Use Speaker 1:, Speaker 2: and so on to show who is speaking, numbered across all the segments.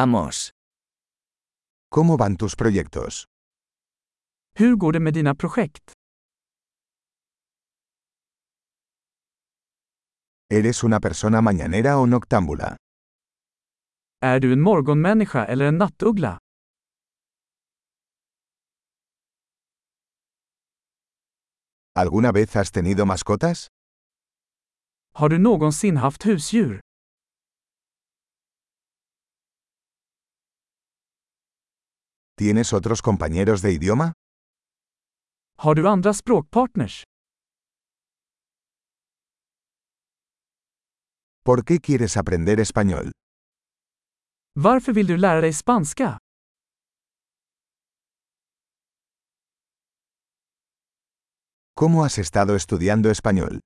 Speaker 1: Vamos.
Speaker 2: ¿Cómo van tus proyectos?
Speaker 3: Hur går det med dina projekt?
Speaker 2: ¿Eres una persona mañanera o noctámbula?
Speaker 3: Är du en morgonmänniska eller en nattuggla?
Speaker 2: ¿Alguna vez has tenido mascotas?
Speaker 3: Har du någonsin haft husdjur?
Speaker 2: ¿Tienes otros compañeros de idioma?
Speaker 3: Har du andra språkpartners?
Speaker 2: ¿Por qué quieres aprender español?
Speaker 3: Varför vill du lära dig spanska?
Speaker 2: ¿Cómo has estado estudiando español?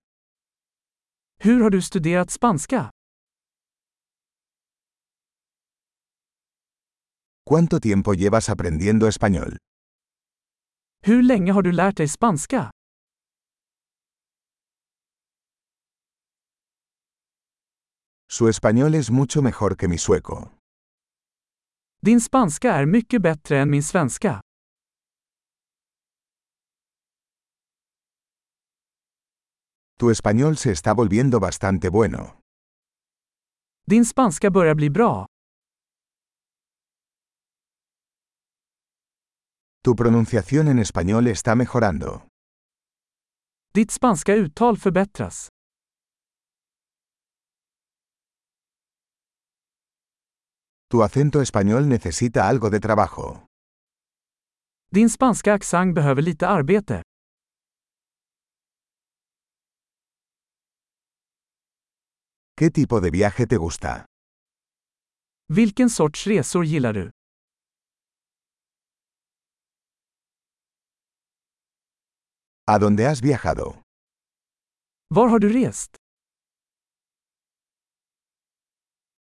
Speaker 3: Hur har du studerat spanska?
Speaker 2: ¿Cuánto tiempo llevas aprendiendo español?
Speaker 3: Hur länge har du lärt dig spanska?
Speaker 2: Su español es mucho mejor que mi sueco.
Speaker 3: Din spanska är mycket bättre än min svenska.
Speaker 2: Tu español se está volviendo bastante bueno.
Speaker 3: Din spanska börjar bli bra.
Speaker 2: Tu pronunciación en español está mejorando.
Speaker 3: Ditt spanska uttal förbättras.
Speaker 2: Tu acento español necesita algo de trabajo.
Speaker 3: Din spanska accent behöver lite arbete.
Speaker 2: ¿Qué tipo de viaje te gusta?
Speaker 3: Vilken sorts resor gillar du?
Speaker 2: ¿A dónde has viajado?
Speaker 3: Var har du rest?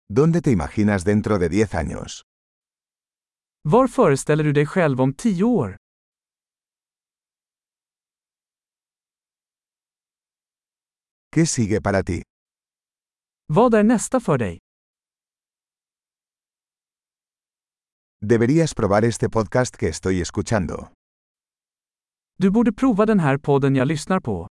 Speaker 2: ¿Dónde te imaginas dentro de 10 años?
Speaker 3: Var föreställer du dig själv om tio år?
Speaker 2: ¿Qué sigue para ti?
Speaker 3: Vad är nästa för dig?
Speaker 2: Deberías probar este podcast que estoy escuchando.
Speaker 3: Du borde prova den här podden jag lyssnar på.